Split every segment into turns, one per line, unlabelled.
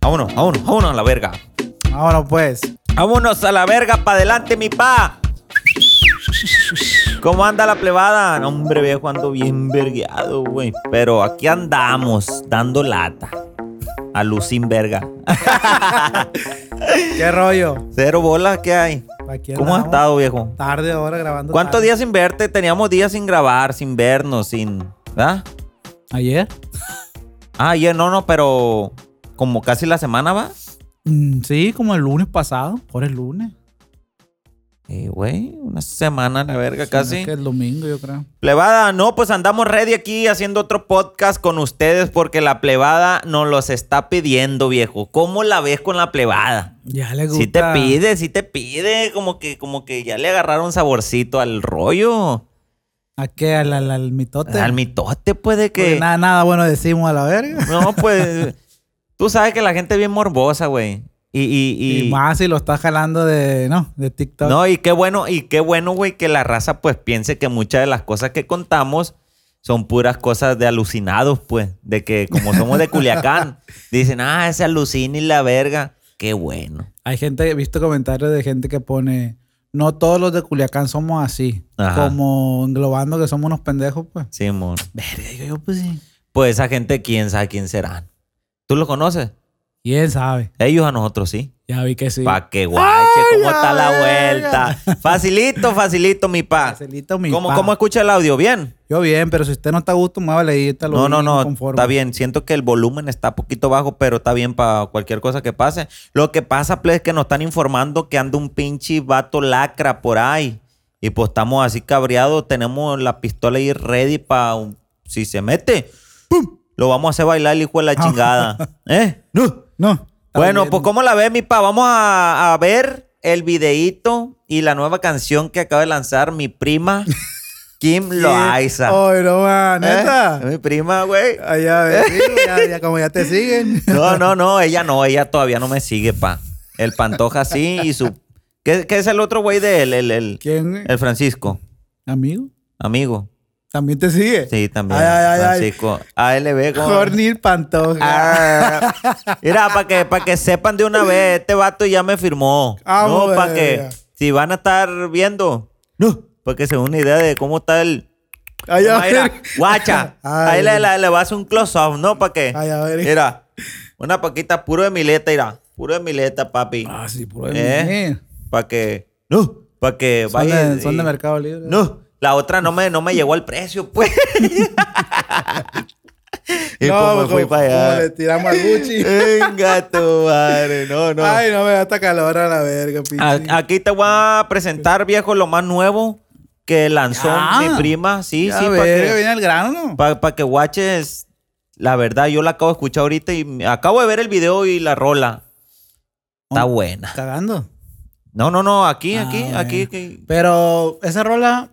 vámonos, vámonos, vámonos a la verga.
Vámonos pues.
Vámonos a la verga, pa' adelante, mi pa. ¿Cómo anda la plebada? No, hombre, viejo, ando bien vergueado, güey. Pero aquí andamos, dando lata. A luz sin verga.
¿Qué rollo?
Cero bolas, ¿qué hay?
Aquí
¿Cómo has
andamos.
estado, viejo?
Tarde ahora grabando.
¿Cuántos
tarde.
días sin verte? Teníamos días sin grabar, sin vernos, sin. ¿Verdad?
¿Ayer?
Ah, ayer no, no, pero. Como casi la semana va.
Mm, sí, como el lunes pasado. Ahora es lunes.
Eh, güey, una semana a la verga
Es
casi.
que el domingo, yo creo.
Plebada, no, pues andamos ready aquí haciendo otro podcast con ustedes porque la plebada nos los está pidiendo, viejo. ¿Cómo la ves con la plebada?
Ya le gusta.
Si te pide, si te pide, como que, como que ya le agarraron saborcito al rollo.
¿A qué? ¿Al, al, al mitote?
Al mitote puede que.
Pues Nada, nada bueno decimos a la verga.
No, pues. tú sabes que la gente es bien morbosa, güey. Y, y, y-
Y, más si lo estás jalando de, no, de TikTok.
No, y qué bueno, y qué bueno, güey, que la raza pues piense que muchas de las cosas que contamos son puras cosas de alucinados, pues. De que como somos de Culiacán, dicen, ah, ese alucina y la verga. Qué bueno.
Hay gente, he visto comentarios de gente que pone, no todos los de Culiacán somos así.
Ajá.
Como englobando que somos unos pendejos, pues.
Simón.
Verga, yo, yo, pues sí.
Pues esa gente, quién sabe quién serán. ¿Tú los conoces?
¿Quién sabe?
Ellos a nosotros sí.
Ya vi que sí.
Pa' que guache, cómo
Ay,
está la
la verga.
vuelta. Facilito, facilito, mi pa.
Marcelito, mi
¿Cómo,
pa.
¿Cómo escucha el audio? ¿Bien?
Yo bien, pero si usted no está a gusto, muévale ahí. Está lo
No, no,
mismo,
no,
conforme.
está bien. Siento que el volumen está poquito bajo, pero está bien para cualquier cosa que pase. Lo que pasa, ple, es que nos están informando que anda un pinche vato lacra por ahí. Y pues estamos así cabreados, tenemos la pistola ahí ready para si se mete. ¡pum! Lo vamos a hacer bailar el hijo de la chingada. ¿Eh?
Ah. No, no. está
Bueno,
bien.
pues ¿cómo la ves, mi pa? Vamos a, a ver el videíto y la nueva canción que acaba de lanzar mi prima Kim Loaiza.
Ay, no, man,
¿Eh?
Oh, neta. Ah,
Mi prima, güey.
Ay, ya, ves, sí, ya, ya, como ya te siguen.
No, no, no, ella no, ella todavía no me sigue, pa. El Pantoja sí y su... ¿Qué, qué es el otro güey de él? El, el,
¿Quién?
el Francisco,
Amigo.
amigo.
También te sigue.
Sí, también.
Ay, ay, ay, ay.
Francisco. ALB. ¿cómo?
Cornil Pantoja.
Ah. Mira, para que, pa' que sepan de una vez, este vato ya me firmó.
Vamos,
no, para que
verga.
si van a estar viendo,
No.
para que se den una idea de cómo está el...
Ay, a
Mira,
ver.
guacha.
Ay.
Ahí le, le- le vas un close-up, ¿no? Para que...
Ay, a ver.
Mira, una paquita puro de mileta, mira. Puro de mileta, papi.
Ah, sí, por ahí.
¿Eh?
Eh.
Para que.
No.
Para que
Son,
vaya.
de, son de
y-
Mercado Libre.
No. La otra no me, no me llegó al precio, pues. y
No,
como fui
como- como
para
le
allá.
tiramos al Gucci.
Venga, tu madre. No, Ah, no.
Ay, no me da hasta calor a la verga, pinche.
A- aquí te voy a presentar, viejo, lo más nuevo que lanzó
Ya.
mi prima. Sí,
Ah. Ya,
sí, para
verga,
que,
viene al grano, ¿no?
pa- pa' que guaches. La verdad, yo la acabo de escuchar ahorita y me- acabo de ver el video y la rola. Está
Oh.
buena.
Cagando.
No, no, no, aquí,
Ah,
aquí,
bueno.
aquí, aquí.
Pero esa rola,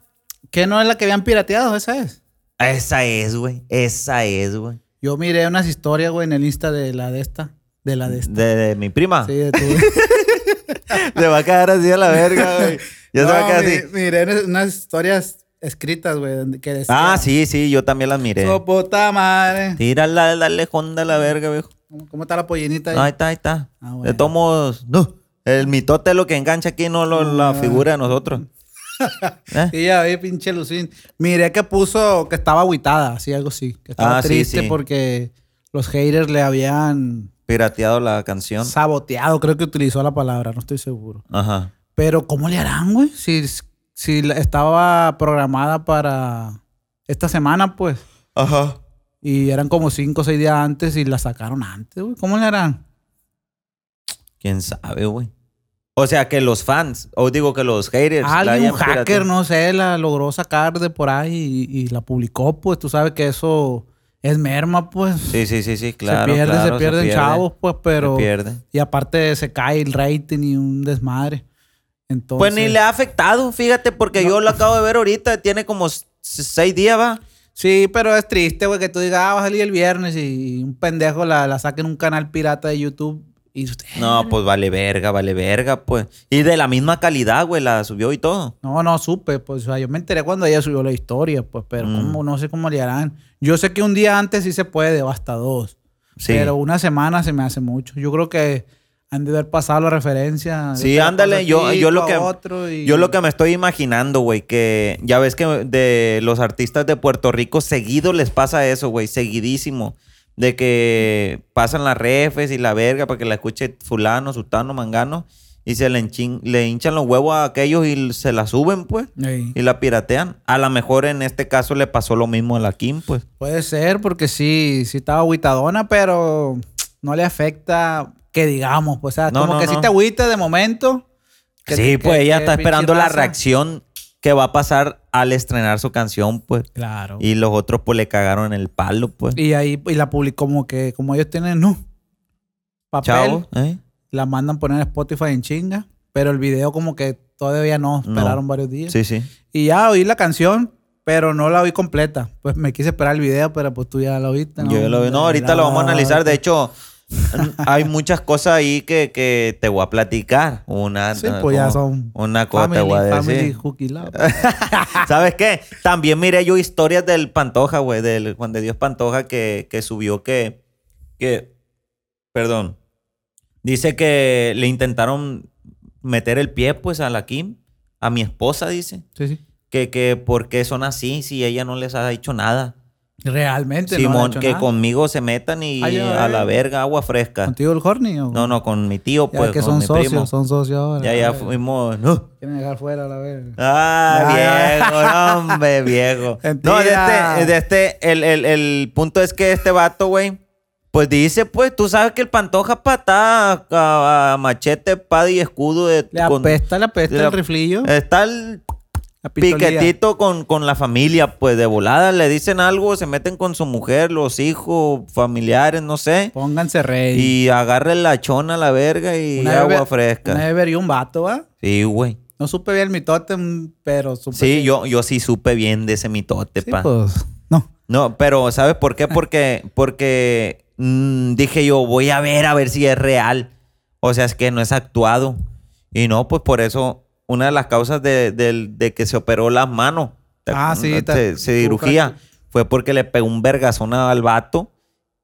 que no es la que habían pirateado, esa es.
Esa es, güey. Esa es, güey.
Yo miré unas historias, güey, en el Insta de la de esta. De la de esta.
De, de mi prima.
Sí, de tu.
Se va a quedar así a la verga, güey. Ya
No,
se va a quedar
mi-
así.
Miré unas- unas historias escritas, güey, donde- que decían.
Ah, sí, sí, yo también las miré.
"Oh, puta madre.
Tírala, dale honda a la verga, viejo.
¿Cómo, cómo está la pollinita ahí?
Ahí está, ahí está.
Ah, bueno.
De todos modos, no. El mitote es lo que engancha aquí, no lo-
Ah.
la figura de nosotros. ¿Eh?
Sí, ya vi, pinche Lucín. Miré que puso que estaba agüitada, así, algo así. Que estaba
Ah, sí,
triste
sí.
porque los haters le habían
Pirateado la canción.
saboteado, creo que utilizó la palabra, no estoy seguro.
Ajá.
Pero, ¿cómo le harán, güey? Si, si la- estaba programada para esta semana, pues.
Ajá.
Y eran como cinco o seis días antes y la sacaron antes, güey. ¿Cómo le harán?
¿Quién sabe, güey? O sea, que los fans, o digo que los haters. la
Ah, Alguien,
hayan
un hacker,
pirateado.
no sé, la logró sacar de por ahí y, y la publicó, pues. Tú sabes que eso es merma, pues.
Sí, sí, sí, sí, claro.
se pierde,
claro,
se pierden chavos, pues, pero...
Se pierde.
Y aparte se cae el rating y un desmadre. Entonces...
Pues ni le ha afectado, fíjate, porque yo lo acabo de ver ahorita, tiene como s- seis días, va.
Sí, pero es triste, güey, que tú digas, ah, va a salir el viernes y un pendejo la, la saque en un canal pirata de YouTube y "Eh, usted...
No, pues vale verga, vale verga, pues. Y de la misma calidad, güey, la subió y todo.
No, no supe, pues, o sea, yo me enteré cuando ella subió la historia, pues, pero
Mm.
cómo, no sé cómo le harán. Yo sé que un día antes sí se puede, o hasta dos.
Sí.
Pero una semana se me hace mucho. Yo creo que han de haber pasado la referencia.
Sí,
Yo te la
ándale,
paso
yo-
aquí,
yo lo
tú a
que-
otro y-
Yo lo que me estoy imaginando, güey, que ya ves que de los artistas de Puerto Rico seguido les pasa eso, güey, seguidísimo. De que pasan las refes y la verga para que la escuche fulano, sutano, mangano. Y se le, hinchin- le hinchan los huevos a aquellos y se la suben, pues.
Ey.
Y la piratean. A lo mejor en este caso le pasó lo mismo a la Kim, pues.
Puede ser, porque sí, sí estaba agüitadona, pero no le afecta que digamos, pues, o sea,
No,
como
no,
que
no.
sí te agüita de momento. que-
sí,
que-
pues ella
que
está
pinche
esperando la
raza.
reacción que va a pasar al estrenar su canción, pues.
Claro. Y,
Y los otros, pues, le cagaron el palo, pues.
ahí y la publicó como que, como ellos tienen, no, papel,
Chao. ¿eh?
la mandan poner en Spotify en chinga, pero el video como que todavía no,
No.
esperaron varios días.
Sí, sí.
Y ya oí la canción, pero no la oí completa. Pues me quise esperar el video, pero pues tú ya la oíste.
Yo ya lo veo. No, ahorita lo vamos a analizar. De hecho, hay muchas cosas ahí que, que te voy a platicar. Una,
Sí, pues ya
como-
son
Una cosa
Family,
te voy a
family
decir.
Hooky Love.
¿Sabes qué? También miré yo historias del Pantoja, güey, del Juan de Dios Pantoja que, que subió que, que. Perdón. Dice que le intentaron meter el pie, pues, a la Kim, a mi esposa, dice.
Sí, sí.
Que, que por qué son así si ella no les ha dicho nada.
Realmente no han
Simón,
hecho
que
nada.
conmigo se metan y
Ay,
a
ay.
la verga, agua fresca.
¿Contigo el Horny? O...
No, no, con mi tío,
Ya
pues.
que
con
son
mi
socios,
primo.
son socios ahora.
Ya,
A
ya
ver,
fuimos. ¡no!
Quieren dejar fuera, la verga.
Ah,
Ya,
viejo, no, hombre, viejo. No, de
Mentira.
este, de este el, el- el punto es que este vato, güey, pues dice, pues, tú sabes que el pantoja patá a, a machete, espada y escudo. De,
Le
con-
apesta, le apesta
la-
el riflillo.
Está el
la pistolilla.
piquetito con, con la familia, pues, de volada. Le dicen algo, se meten con su mujer, los hijos, familiares, no sé.
Pónganse rey.
Y agarre la chona a la verga y
Una
agua
vez-
fresca.
Una vez vería un vato, ¿va?
Sí, güey.
No supe bien mi tótem, pero supe.
Sí,
que-
yo, yo sí supe bien de ese mitote,
Sí,
pa.
pues. No.
No, pero ¿sabes por qué? Porque, porque mm, dije yo, voy a ver a ver si es real. O sea, es que no es actuado. Y no, pues por eso, una de las causas de, del- de que se operó las manos, ¿te
Ah, sí,
acuerdas?
te-
Se- se cirugía, fue porque le pegó un vergazón al vato.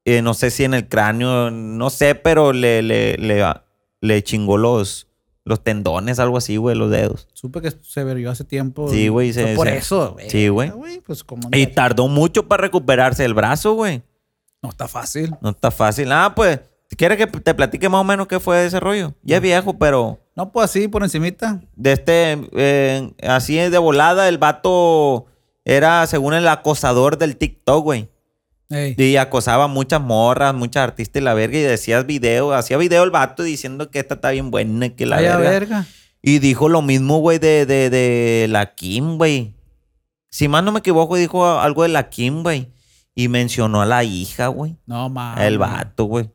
Eh, no sé si en el cráneo, no sé, pero le, le, le, ah, le chingó los, los tendones, algo así, güey, los dedos.
Supe que se verió hace tiempo.
Sí, güey,
Fue
se-
Por
se-
eso, güey.
Sí, güey.
Ah, Pues como.
Y tardó mucho para recuperarse el brazo, güey.
No está fácil.
No está fácil. Ah, pues, ¿quieres que te platique más o menos qué fue ese rollo? Ya
Ah.
es viejo, pero
No, pues así, por encimita.
de este, eh, así de volada, el vato era, según el acosador del TikTok, güey.
Ey.
Y acosaba a muchas morras, muchas artistas y la verga. Y decías video, hacía video el vato diciendo que esta está bien buena, que la
Ay, a
verga.
verga.
Y dijo lo mismo, güey, de, de, de la Kim, güey. Si más no me equivoco, dijo algo de la Kim, güey. Y mencionó a la hija, güey.
Ah, No, mames.
El vato, güey.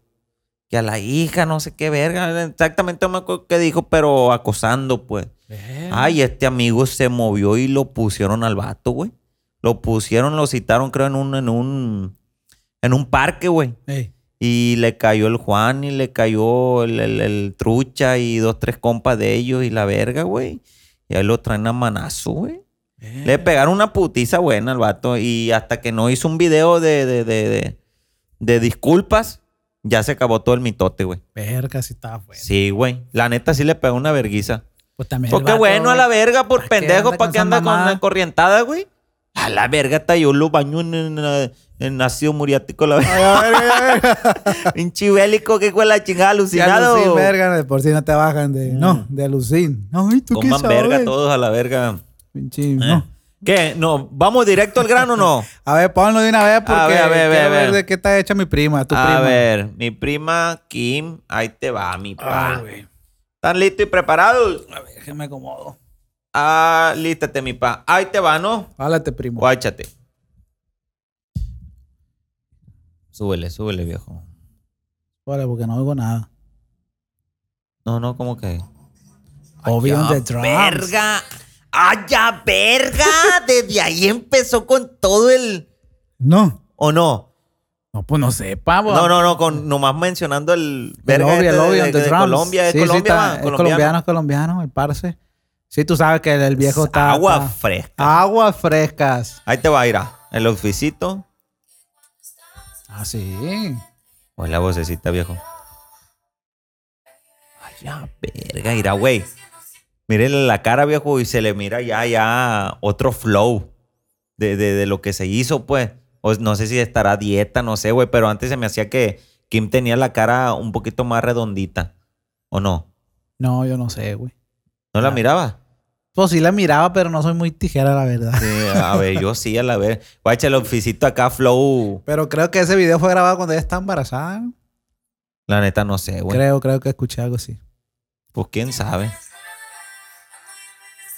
Que a la hija, no sé qué verga. Exactamente no me acuerdo qué dijo, pero acosando, pues.
Verga.
Ay, este amigo se movió y lo pusieron al vato, güey. Lo pusieron, lo citaron, creo, en un, en un, en un parque, güey.
Ey.
Y le cayó el Juan y le cayó el, el- el trucha y dos, tres compas de ellos y la verga, güey. Y ahí lo traen a manazo, güey. Le pegaron una putiza buena al vato. Y hasta que no hizo un video de, de, de, de- de disculpas, ya se acabó todo el mitote, güey.
Verga, sí estaba bueno.
Sí, güey. La neta sí le pegó una verguiza.
Pues también. el
Porque
vato,
bueno, a la
güey.
verga, por
¿Para qué
pendejo,
anda
¿para
con
qué
esa
anda con
mamada?
una corrientada, güey? A la verga, hasta yo lo baño en, en, en ácido muriático, la verga.
Ay, a verga, a verga.
Pinche bélico, que fue la chingada, alucinado. Mm.
De alucin, verga, de por si no te bajan de. No, de alucin. No, ¿y tú qué
Coman
sabes?
verga Eh. todos a la verga.
Pinche, no.
¿Qué? No, ¿vamos directo al grano o no?
A ver, ponlo de una vez porque
ver, a ver, a ver,
quiero
a ver.
ver de qué está hecha mi prima, tu
a
prima.
ver, mi prima Kim, ahí te va, mi
Ay,
pa.
Ah, güey.
¿Están listos y preparados?
A ver, déjame acomodo.
Ah, lístate, mi pa. Ahí te va, ¿no?
Hálate, primo.
Guáchate. Súbele, súbele, viejo.
Órale, porque no oigo nada.
No, no, ¿cómo que?
Obvio,
¡Ya,
de drums.
verga! ¡Ay, ya, verga! Desde ahí empezó con todo el...
No.
¿O no?
No, pues no sepa, güey.
No, no, no, con nomás mencionando el verga
el obvio, el
este de-
obvio,
de,
on the
de
drums.
Colombia, es
Sí, sí,
Colombia,
está-
va,
es
colombiano.
colombiano, es colombiano, el parce. Sí, tú sabes que el, el viejo está...
Agua
está-
fresca.
Aguas frescas.
Ahí te va a ir el oficito.
Ah, sí.
O es Pues la vocecita, viejo. Ay, la verga, irá, güey. Mírele la cara, viejo, y se le mira ya, ya otro flow de, de- de lo que se hizo, pues. O no sé si estará a dieta, no sé, güey, pero antes se me hacía que Kim tenía la cara un poquito más redondita. ¿O no?
No, yo no sé, güey.
¿No la
Ah.
miraba?
Pues sí la miraba, pero no soy muy tijera, la verdad.
Sí, a ver, yo sí, a la ver. Guacha, el oficito acá, flow.
Pero creo que ese video fue grabado cuando ella estaba embarazada. ¿no?
La neta, no sé, güey.
Creo, creo que escuché algo así.
Pues quién sabe.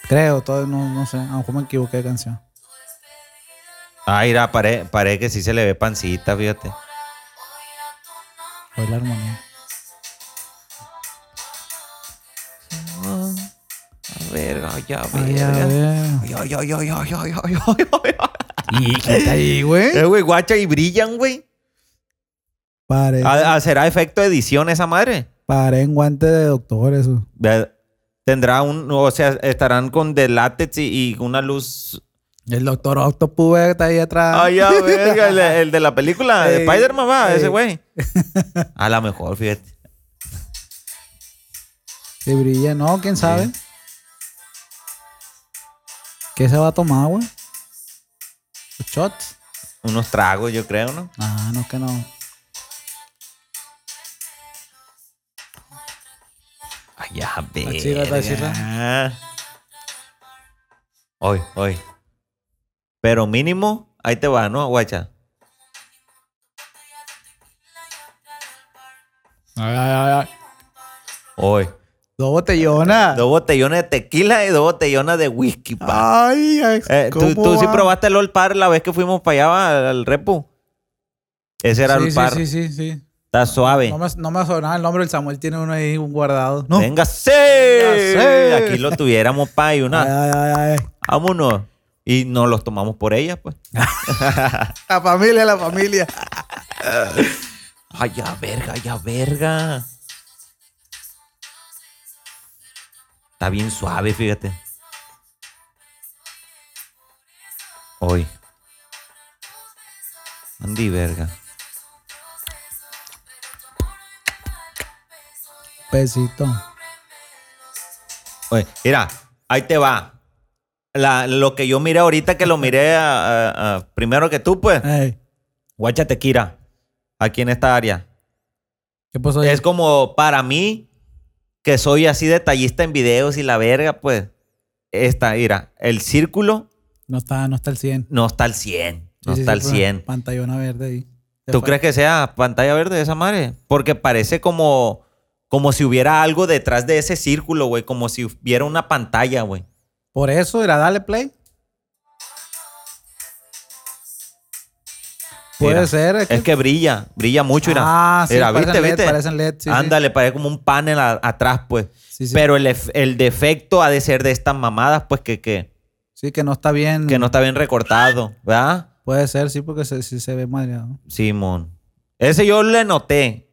Creo, todo, no, no sé. A lo mejor me equivoqué de canción.
Ah, mira, parece que sí se le ve pancita, fíjate.
Fue la armonía.
Ah. A ver, ay, Ah, ya,
Ay, a
verga.
ver.
Ay, ay, ay, ay, ay, ay, ay, ay, ay,
Y qué está ahí,
ay.
güey.
Eh, güey, guacha, y brillan, güey.
Paré,
¿Ha- ha- ¿Será efecto de edición esa madre?
paré en guante de doctor eso.
Ve- Tendrá un, o sea, estarán con de látex y, y una luz.
El doctor Octopus güey, está ahí atrás.
Ay, ya, verga, el, el de la película de
Ey,
Spider-Man, va,
ey.
ese güey. A la mejor, fíjate.
Si brilla, no, quién sabe. ¿Qué se va a tomar, güey? ¿Los shots?
Unos tragos, yo creo, ¿no?
Ah, no, que no.
Ay, ya,
Está chida, está chida.
verga. Hoy, hoy. Pero mínimo, ahí te va, ¿no, guacha?
Ay, ay, ay.
Hoy.
Dos botellonas.
Dos botellones de tequila y dos botellones de whisky, pa.
Ay, ay.
Eh, ¿Tú,
Ah, ¿cómo
tú sí
va?
probaste el Old Par la vez que fuimos para allá al, al Repu? Ese era
Sí,
Old Par.
Sí, sí, sí, sí.
Está suave.
No me, no me sonaba el nombre, el Samuel tiene uno ahí un guardado. No.
Venga, sí.
Véngase.
Aquí lo tuviéramos, pa, y
Ay,
una.
ay, ay, ay.
Vámonos. Y nos los tomamos por ella, pues.
La familia, la familia.
Ay, ya verga, ya verga. Está bien suave, fíjate. Hoy. Andy, verga.
Pesito.
Oye, mira, ahí te va. La- lo que yo miré ahorita, que lo miré a- a- a- primero que tú, pues.
Ey,
Guacha Tequila. Aquí en esta área.
¿Qué pasó ahí?
Es como para mí, que soy así detallista en videos y la verga, pues. Esta, mira, el círculo
No está, no está el 100.
no está al 100. No
Sí, sí,
está
sí,
al
fue una
100.
Pantallona verde ahí. Se
¿Tú
fue.
crees que sea pantalla verde esa madre? Porque parece como, como si hubiera algo detrás de ese círculo, güey. Como si hubiera una pantalla, güey.
Por eso, era darle play. Puede
Mira,
ser. Es que,
Es que brilla, brilla mucho, mira.
Ah, sí,
Mira,
parecen
¿viste,
LED,
viste?
parecen LED, sí, sí.
Ándale, parece como un panel a- atrás, pues.
Sí, sí.
Pero el, ef- el defecto ha de ser de estas mamadas, pues, que, que,
sí, que no está bien.
que no está bien recortado, ¿verdad?
Puede ser, sí, porque se, sí se ve madreado.
Simón. Ese yo le noté.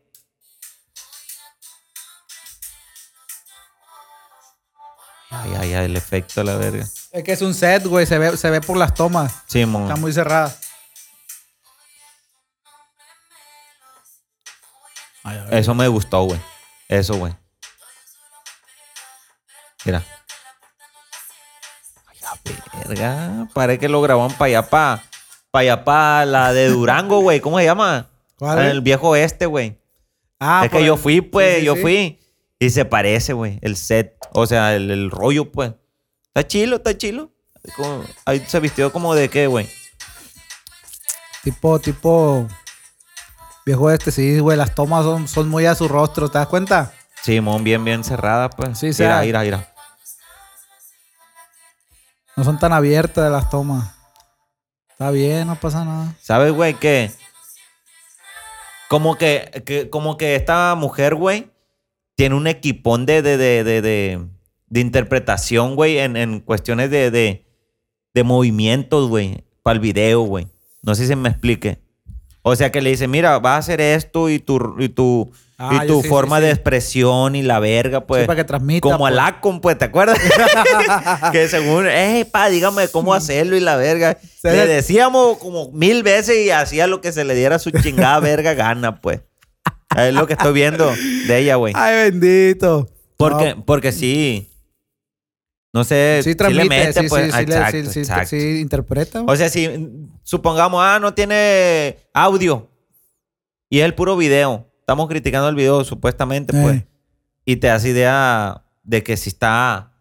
Ay, ay, ay, el efecto a la verga.
Es que es un set, güey. Se ve, se ve por las tomas.
Simón.
Está muy cerrada. Ay, a ver.
Eso me gustó, güey. Eso, güey. Mira. Ay, la verga. Parece que lo grabaron para allá, para pa allá, pa la de Durango, güey. ¿Cómo se llama?
¿Cuál?
El viejo este, güey.
Ah,
es
por
que yo
el-
fui, pues,
sí, sí,
yo
sí.
fui. Y se parece, güey, el set. O sea, el, el rollo, pues. Está chilo, está chilo. Como- ahí se vistió como de qué, güey.
Tipo, tipo. Viejo este, sí, güey. Las tomas son, son muy a su rostro, ¿te das cuenta?
Simón, bien, bien cerrada, pues.
Sí,
Mira,
sea-
mira, mira.
No son tan abiertas las tomas. Está bien, no pasa nada.
¿Sabes, güey? Que. Como que, que- Como que esta mujer, güey, tiene un equipón de. de, de, de, de- de interpretación, güey, en, en cuestiones de. de, de movimientos, güey. Para el video, güey. No sé si se me explique. O sea que le dice, mira, vas a hacer esto y tu, y tu,
Ah,
y
yo
tu
sí,
forma
sí,
de
sí.
expresión y la verga, pues.
Sí, para que transmita.
Como
pues.
al Acon, pues, ¿te acuerdas? que según, eh, pa, dígame cómo hacerlo y la verga.
Mm. Se
le
ve-
decíamos como mil veces y hacía lo que se le diera su chingada verga gana, pues. Es lo que estoy viendo de ella, güey.
Ay, bendito.
Porque, porque sí. No sé.
Sí
Eh, le
transmite,
mete,
sí,
pues.
sí, sí, le-
Exacto,
sí, sí,
exacto.
sí interpreta. güey.
O sea, si supongamos, ah, no tiene audio y es el puro video. Estamos criticando el video supuestamente,
Eh.
pues. Y te das idea de que si está.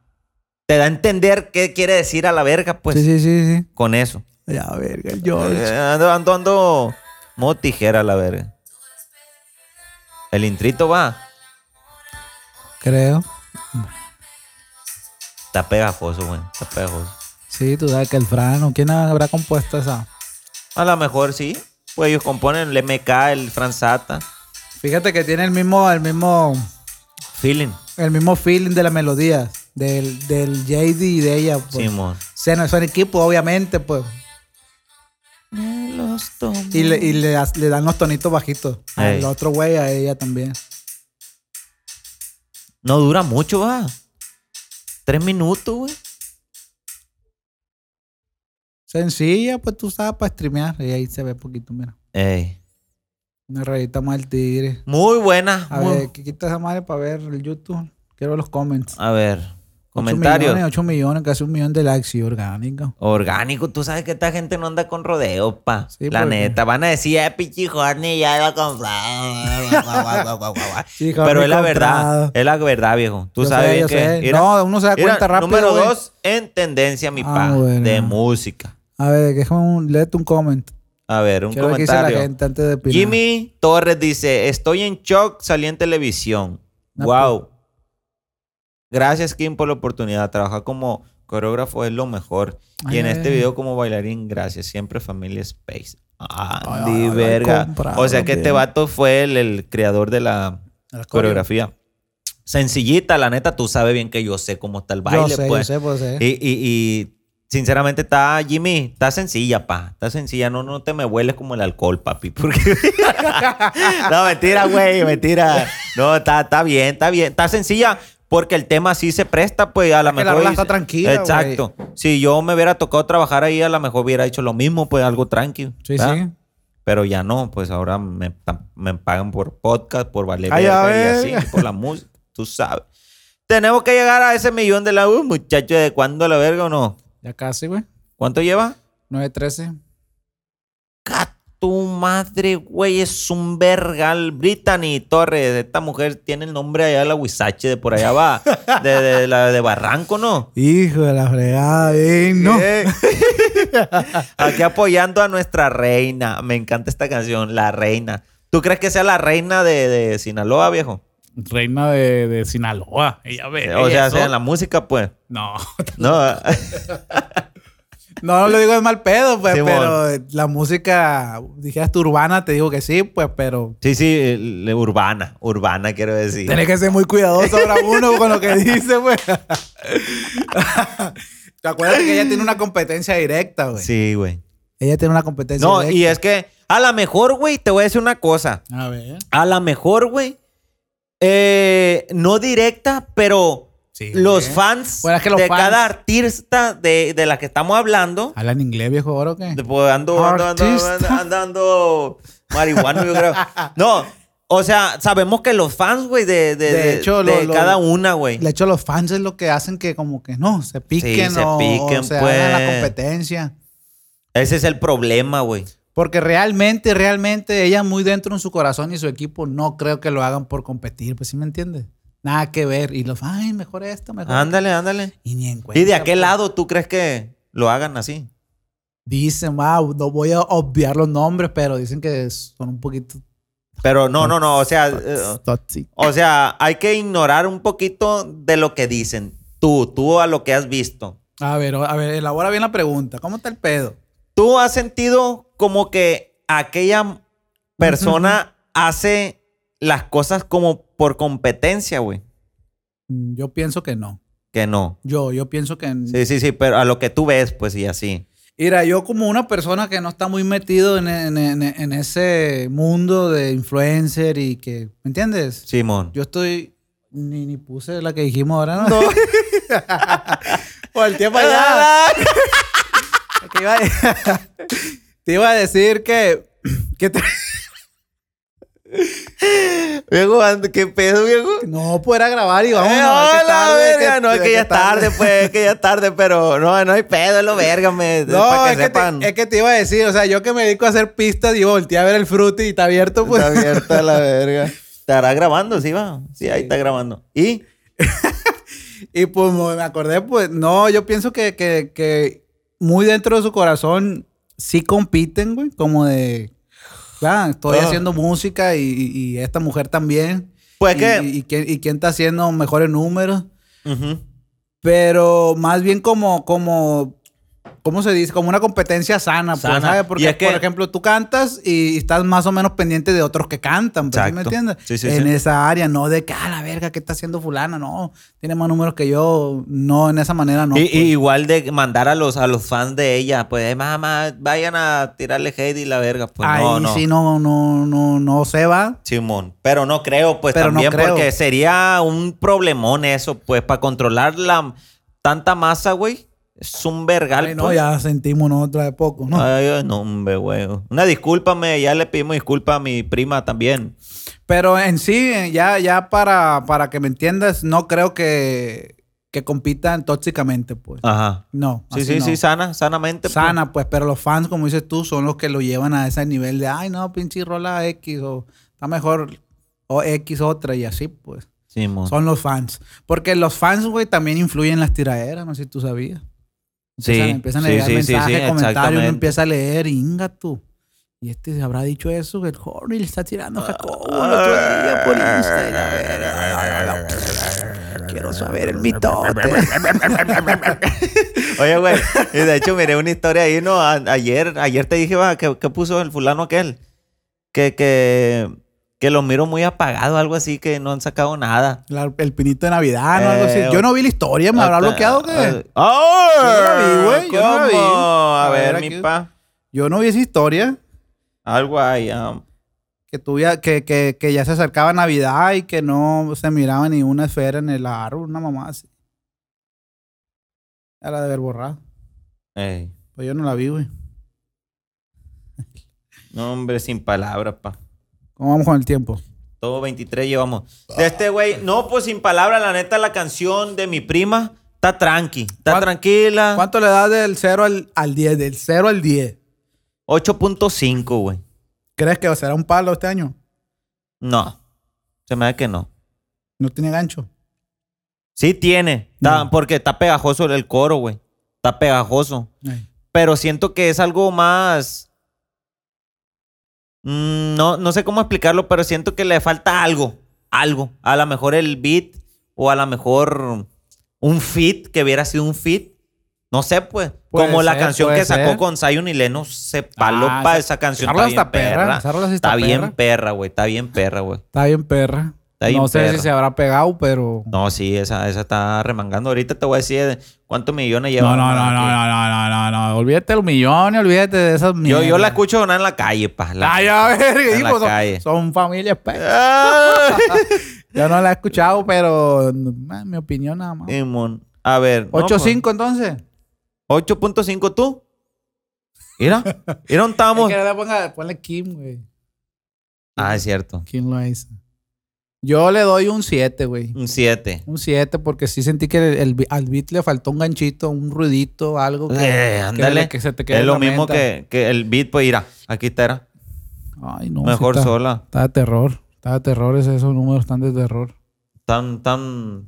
Te da a entender qué quiere decir a la verga, pues,
sí, sí, sí, sí.
con eso.
Ya, verga, el George.
Eh, ando, ando, ando. Modo tijera a la verga. El intrito va.
Creo.
Está pegajoso, güey. Está pegajoso.
Sí, tú sabes que el Frano. ¿Quién habrá compuesto esa?
A lo mejor sí. Pues ellos componen el MK, el Franzata.
Fíjate que tiene el mismo, el mismo,
Feeling.
el mismo feeling de la melodía. Del, del JD y de ella, pues.
Simón.
O sea, no son equipo, obviamente, pues. Y le, y le, as- le dan los tonitos bajitos.
Ey.
Al otro güey, a ella también.
No dura mucho, va. Tres minutos, güey.
Sencilla, pues tú sabes, para streamear. Y ahí se ve poquito, mira.
Ey.
Una rayita más del tigre.
Muy buena.
A
muy-
ver, ¿qué quita esa madre para ver el YouTube? Quiero ver los comments.
A ver.
Comentarios.
Comentarios.
8 millones, casi un millón de likes y orgánico.
Orgánico, tú sabes que esta gente no anda con rodeo, pa.
Sí,
la
porque-
neta, van a decir, eh, pichi horny, ya lo comprado.
Sí,
Pero es la verdad,
comprado.
es la verdad, viejo. Tú
Yo
sabes
sé, yo
que.
sé.
era-
No, uno se da
era
cuenta rápido,
Número
güey.
dos en tendencia, mi
Ah,
pa,
bueno.
de música.
A ver, déjame un, léete un comment.
A ver, un
Quiero ver qué dice la
comentario.
gente antes de opinar.
Jimmy Torres dice: Estoy en shock, salí en televisión.
No,
wow. Gracias, Kim, por la oportunidad. Trabajar como coreógrafo es lo mejor. y en
Ay.
este video, como bailarín, gracias. Siempre familia Space.
Ay,
Andy,
ay, ay,
verga.
comprado
o sea que este
bien.
vato fue el, el creador de la
La coreo.
coreografía. Sencillita, la neta, tú sabes bien que yo sé cómo está el
Yo
baile,
sé,
pues.
yo sé, pues sé.
Y, y- y, sinceramente está, Jimmy, está sencilla, pa. Está sencilla. No, no te me hueles como el alcohol, papi. Porque... no, mentira, güey, mentira. No, está, está bien, está bien. Está sencilla porque el tema sí se presta, pues a lo
que la
mejor.
rola
dice-
está tranquila,
Exacto. Si yo me hubiera tocado trabajar ahí, a lo mejor hubiera hecho lo mismo, pues algo tranquilo.
Sí, sí.
Pero ya no, pues ahora me, pa- me pagan por podcast, por valer
Ay, a
verga y
ver.
así, por la música, tú sabes. Tenemos que llegar a ese millón de la U, muchacho, ¿de cuándo la verga o no?
Ya casi, güey.
¿Cuánto lleva?
9.13.
¡Ca tu madre, güey! Es un vergal. Brittany Torres, esta mujer tiene el nombre allá de la Huizache, de por allá va. De, de la de Barranco, ¿no?
Hijo de la fregada, bien, no.
Eh. Aquí apoyando a nuestra reina. Me encanta esta canción, La Reina. ¿Tú crees que sea la reina de, de Sinaloa, viejo?
Reina de, de Sinaloa. Ella ve.
Eh, O sea,
eso.
sea en la música, pues.
No.
No,
No, no lo digo de mal pedo, pues,
Simón.
pero eh, la música, dijeras tú urbana, te digo que sí, pues, pero
sí, sí, le- urbana, urbana quiero decir.
tenés que ser muy cuidadoso ahora uno con lo que dice, pues. ¿Te acuerdas que ella tiene una competencia directa, güey?
Sí, güey.
Ella tiene una competencia
No,
directa.
y es que a lo mejor, güey, te voy a decir una cosa.
A ver.
A lo mejor, güey, eh, no directa, pero
Sí,
los
güey.
fans
Bueno, es que los
de
fans- Ah,
cada artista de, de la que estamos hablando,
¿Habla en inglés, viejo, ahora o qué?
de- pues, ando, ando, ando,
Artista.
ando, ando- ando marihuano, yo creo. No, o sea, sabemos que los fans, güey, de, de,
De
de-
hecho,
de
lo- lo-
cada una, güey.
De hecho, los fans es lo que hacen que como que no, se piquen
se
o,
piquen,
o se hagan la
pues.
competencia.
Ese es el problema, güey.
Porque realmente, realmente, ella muy dentro en su corazón y su equipo no creo que lo hagan por competir, pues sí me entiendes. Nada que ver. Y los, ay, mejor esto, mejor.
Ándale, ándale.
Y ni en cuenta.
¿Y de aquel
pues.
lado tú crees que lo hagan así?
Dicen, wow, no voy a obviar los nombres, pero dicen que son un poquito
Pero no, no, no, o sea, eh,
tóxicos.
o sea, hay que ignorar un poquito de lo que dicen. Tú, tú a lo que has visto.
A ver, a ver, elabora bien la pregunta. ¿Cómo está el pedo?
¿Tú has sentido como que aquella persona hace las cosas como por competencia, güey?
Mm, Yo pienso que no.
Que no.
Yo, yo pienso que...
Sí, sí, sí, pero a lo que tú ves, pues y así.
Mira, yo como una persona que no está muy metido en, en- en- en ese mundo de influencer y que, ¿me entiendes?
Simón.
Yo estoy. Ni, ni puse la que dijimos ahora, ¿no? No. Volteé para allá. Te iba, a- te iba a decir que. que te-
Viejo, ando- ¿qué pedo, viejo?
No, pues era grabar y vamos
Eh,
a
hola, verga. no, es que ya es tarde, pues, es que ya es tarde, pero no, no hay pedo, es lo verga, me.
No,
para que
es que,
sepan.
te, es que te iba a decir, o sea, yo que me dedico a hacer pistas y volteé a ver el fruti y está abierto, pues.
Está abierta la verga. Estará grabando, sí, va. Sí, ahí está grabando. ¿Y?
Y pues mo- me acordé, pues, no, yo pienso que, que, que muy dentro de su corazón sí compiten, güey, como de, ya, estoy
Ah.
haciendo música y, y- y esta mujer también.
Pues
y,
que.
y- y quién, y quién está haciendo mejores números.
Ujú.
Pero más bien como, como, ¿cómo se dice? Como una competencia sana, pues,
Sana.
¿sabes? Porque,
Y es que-
por ejemplo, tú cantas y estás más o menos pendiente de otros que cantan, pues, ¿sí me
Exacto.
entiendes?
Sí, sí,
en
sí.
esa área, no de que, ah, la verga, ¿qué está haciendo fulana? No, tiene más números que yo. No, en esa manera no.
Y- y
pues.
igual de mandar a los, a los fans de ella, pues, eh, mamá, vayan a tirarle hate y la verga. Pues
Ahí
no, no.
sí no, no, no, no se va.
Simón, pero no creo, pues
Pero no
también,
creo.
porque sería un problemón eso, pues, para controlar la tanta masa, güey. Es un vergal,
Ay,
pues.
no, ya sentimos nosotros de poco, ¿no?
Ay, ay, no, hombre, güey. Una discúlpame, ya le pedimos disculpa a mi prima también.
Pero en sí, eh, ya, ya para, para que me entiendas, no creo que, que compitan tóxicamente, pues.
Ajá.
No.
Ah. Sí,
así
sí,
no.
sí, sana, sanamente. pues.
sana, pues, pero los fans, como dices tú, son los que lo llevan a ese nivel de, ay, no, pinche rola X, o está mejor, o X otra, y así, pues.
Simón.
Son los fans. Porque los fans, güey, también influyen las tiraderas, no sé si tú sabías. Empiezan,
Sí,
empiezan a
sí,
llegar
sí, sí,
mensajes,
sí,
comentarios, uno
exactamente.
empieza a leer, inga tú. Y este se habrá dicho eso, que el Horny le está tirando a Jacobo el otro día por Instagram. Quiero saber el mitote.
Oye, güey, y de hecho miré una historia ahí, ¿no? A- ayer, ayer te dije, va, que, que puso el fulano aquel. Que, que, que lo miro muy apagado, algo así, que no han sacado nada. Ah,
La- el pinito de Navidad, ¿no? Algo
Eh,
así. Yo no vi la historia, ¿me habrá bloqueado o qué?
¡Oh!
Yo no la vi, güey, yo no la vi.
¿Cómo? A,
A
ver,
ver,
mi
aquí.
pa.
Yo no vi esa historia.
Algo ahí. ah.
Que, tuviera, que, que, que ya se acercaba Navidad y que no se miraba ni una esfera en el árbol, una mamá así. Ya la de haber borrado.
Ey.
Pues yo no la vi, güey.
No, hombre, sin palabras, pa.
¿Cómo vamos con el tiempo?
Todo 23 llevamos. De este güey, no, pues sin palabras, la neta, la canción de mi prima está tranqui. Está
¿Cuán-
tranquila.
¿Cuánto le das del 0 al, al 10? Del 0 al 10.
8.5, güey.
¿Crees que será un palo este año?
No. Se me da que no.
No tiene gancho.
Sí tiene. Está-
No.
Porque está pegajoso el coro, güey. Está pegajoso.
Ay.
Pero siento que es algo más. Mm, No, no sé cómo explicarlo, pero siento que le falta algo. Algo. A lo mejor el beat o a lo mejor un fit, que hubiera sido un fit. No sé, pues.
Puede
Como la
ser,
canción
puede
que sacó
ser.
con Zion y Leno se paló
Ah,
pa'
esa-
esa canción.
rola
Está bien
está perra,
perra.
esa rola sí está
Está bien
perra.
perra, güey. Está bien perra, güey.
Está bien, perra.
Está bien
no sé
perra.
si se habrá pegado, pero.
No, sí, esa, esa está remangando. Ahorita te voy a decir cuántos millones lleva.
No, no, no, no,
aquí.
no, no, no, no, no. Olvídate el millón.
Yo ni Ah, olvídate de esas
Yo, yo la
mierdas.
escucho sonar en la calle, pa. La-
Ay, a ver,
en
digo,
la
son-
calle.
son, familias, pues.
Ah.
Yo no la he escuchado, pero man, mi opinión nada más.
Simón. A ver. Eh, no,
8.5 entonces.
pues, 8.5 tú. Mira. Mira dónde estamos.
Es que le ponga- ponle Kim, güey.
Ah, es cierto.
Kim lo hizo. Yo le doy un 7, güey.
Un 7.
Un 7 porque sí sentí que el, el- al beat le faltó un ganchito, un ruidito, algo que, que-
Eh, ándale.
que se te quede
Es
en
lo
la
mismo
menta.
que, que el beat, pues mira. Aquí está. era.
Ay, no.
Mejor
sí está,
sola.
Está de terror. Está de terror. ese- Esos números están de terror.
Tan, tan,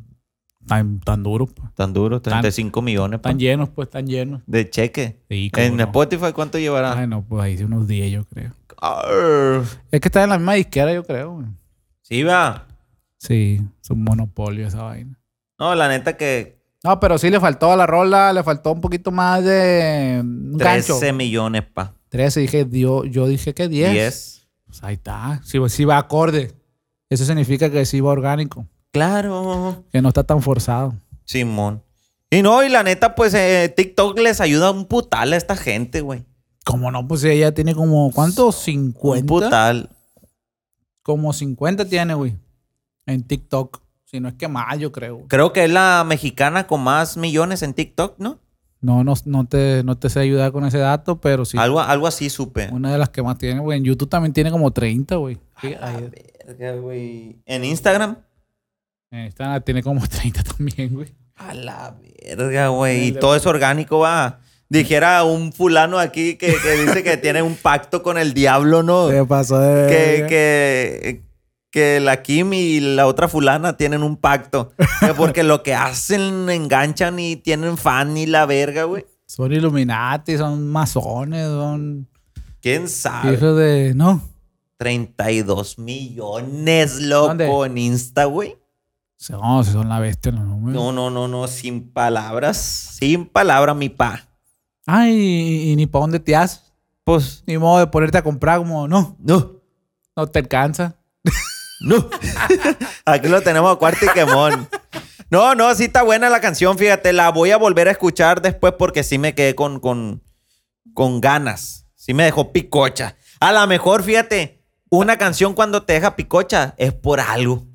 Tan, tan duro, pues.
tan duro. 35 millones pa,
Tan llenos, pues, tan llenos.
de cheque.
Sí, cómo
En
no.
Spotify, ¿cuánto llevará?
Ay, no, pues ahí sí unos 10, yo creo.
Arr.
Es que está en la misma disquera, yo creo, güey.
Sí, va.
Sí, es un monopolio esa vaina.
No, la neta que
No, pero sí le faltó a la rola, le faltó un poquito más de un
13
gancho.
millones, pa.
13, dije, yo, yo dije que 10.
10.
Pues ahí está.
Sí, sí va acorde. Eso significa que sí va orgánico,
Claro.
que no está tan forzado.
Simón. Y no, y la neta, pues eh, TikTok les ayuda un putal a esta gente, güey.
Como no, pues ella tiene como, ¿cuánto?
Un
50.
putal.
Como 50 tiene, güey. En TikTok. Si no es que más, yo creo.
Creo que es la mexicana con más millones en TikTok, ¿no?
No, no, no, te, no te sé ayudar con ese dato, pero sí.
Algo, algo así supe.
Una de las que más tiene, güey. En YouTube también tiene como 30, güey. Sí,
A
ahí-
verga, güey. En Instagram.
en esta tiene como 30 también, güey.
A la verga, güey. Y todo es orgánico, va. Dijera un fulano aquí que, que dice que tiene un pacto con el diablo, ¿no?
Se pasó de...
que,
Eh,
verga.
que, que la Kim y la otra fulana tienen un pacto. Que Porque lo que hacen, enganchan y tienen fan y la verga, güey.
Son Illuminati, son masones, son
¿Quién sabe?
hijos de. No.
32 millones, loco,
¿Dónde?
en Insta, güey.
No, son la bestia en los números.
No, no, no, no. Sin palabras. Sin palabras, mi pa.
Ay, y, y ni para dónde te haces.
Pues,
Ni modo de ponerte a comprar, como no,
no.
no te alcanza.
No. Aquí lo tenemos a cuarto y quemón. No, no, sí está buena la canción, fíjate. La voy a volver a escuchar después porque sí me quedé con, con, con ganas. Sí me dejó picocha. A lo mejor, fíjate, una canción cuando te deja picocha es por algo.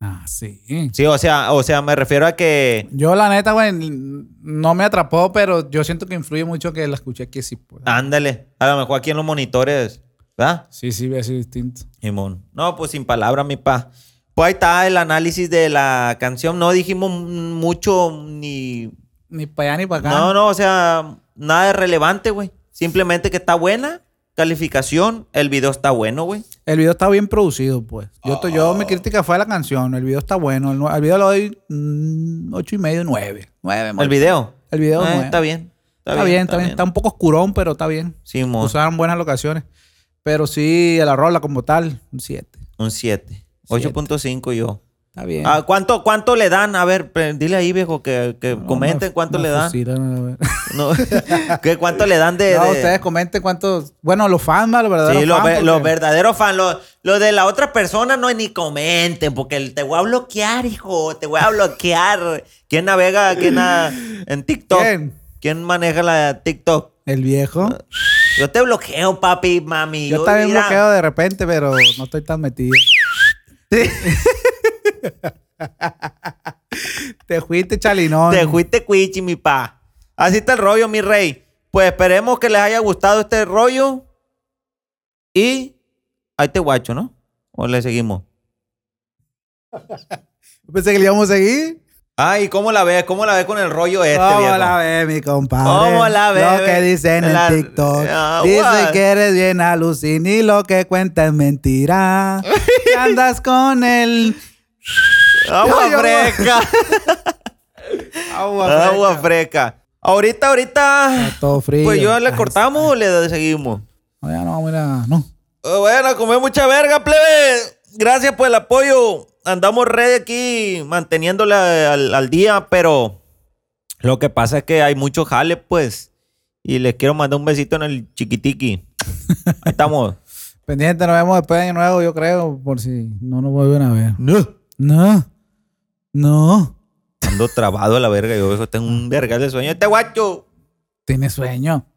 Ah, sí.
Sí, o sea, o sea, me refiero a que...
Yo, la neta, güey, no me atrapó, pero yo siento que influye mucho que la escuché aquí, sí, pues.
Ah. Ándale, a lo mejor aquí en los monitores, ¿verdad?
Sí, sí, ve así distinto.
Simón. No, pues sin palabras, mi pa. Pues ahí está el análisis de la canción. No dijimos mucho ni
Ni para allá ni para acá.
No, no, o sea, nada de relevante, güey. Simplemente que está buena, calificación, el video está bueno, güey.
El video está bien producido, pues. Yo, to- yo
Ah.
mi crítica fue a la canción. El video está bueno. El, nue- al video le doy mm, ocho y medio, nueve. Nueve,
El
macho.
video.
El video,
Eh,
nueve.
está bien.
Está, bien, está bien. Está un poco oscurón, pero está bien.
Sí, mo-
Usaron buenas locaciones. Pero sí, a la rola como tal, un siete.
un 7. 8.5 yo.
Está bien.
Ah, ¿cuánto, ¿Cuánto le dan? A ver, pre- dile ahí, viejo, que, que
No, pues
comenten
me-
cuánto
me
le dan.
fusilan, a ver.
No, ¿Qué, ¿Cuánto le dan de...?
No,
de-
ustedes comenten cuántos... Bueno, los fans, ¿verdad? Los verdaderos
Sí, los,
fans,
ve-
porque-
los verdaderos fans. Los, los de la otra persona no ni comenten, porque el- te voy a bloquear, hijo. Te voy a bloquear. ¿Quién navega quién na- en TikTok?
¿Quién?
¿Quién maneja la TikTok?
El viejo.
Ah. Yo te bloqueo, papi, mami.
Yo también
mira,
bloqueo de repente, pero no estoy tan metido. Te fuiste, chalinón.
Te fuiste cuichi, mi pa. Así está el rollo, mi rey. Pues esperemos que les haya gustado este rollo. Y ahí te guacho, ¿no? O le seguimos.
Pensé que le íbamos a seguir.
Ay, ¿cómo la ves? ¿Cómo la ves con el rollo este,
¿Cómo
viejo?
la ves, mi compadre?
¿Cómo la ves?
Lo que dicen
La-
en TikTok.
Ah,
Dicen
what?
que eres bien alucin y lo que cuenta es mentira. Que andas con el
Agua
Ay, agua.
fresca.
agua.
Agua fresca. Ahorita, ahorita.
Está todo frío.
Pues yo le
Ay,
cortamos o le seguimos.
No, ya no vamos a ir a- No.
Eh, Bueno, comer mucha verga, plebe. Gracias por el apoyo. Andamos red aquí manteniéndola al, al día, pero lo que pasa es que hay mucho jale, pues. Y les quiero mandar un besito en el chiquitiqui. Ahí estamos.
Pendiente, nos vemos después de año nuevo, yo creo, por si no nos vuelven a ver. No. No. No.
Ando trabado a la verga. Yo eso tengo un verga de sueño. Este guacho.
Tiene sueño.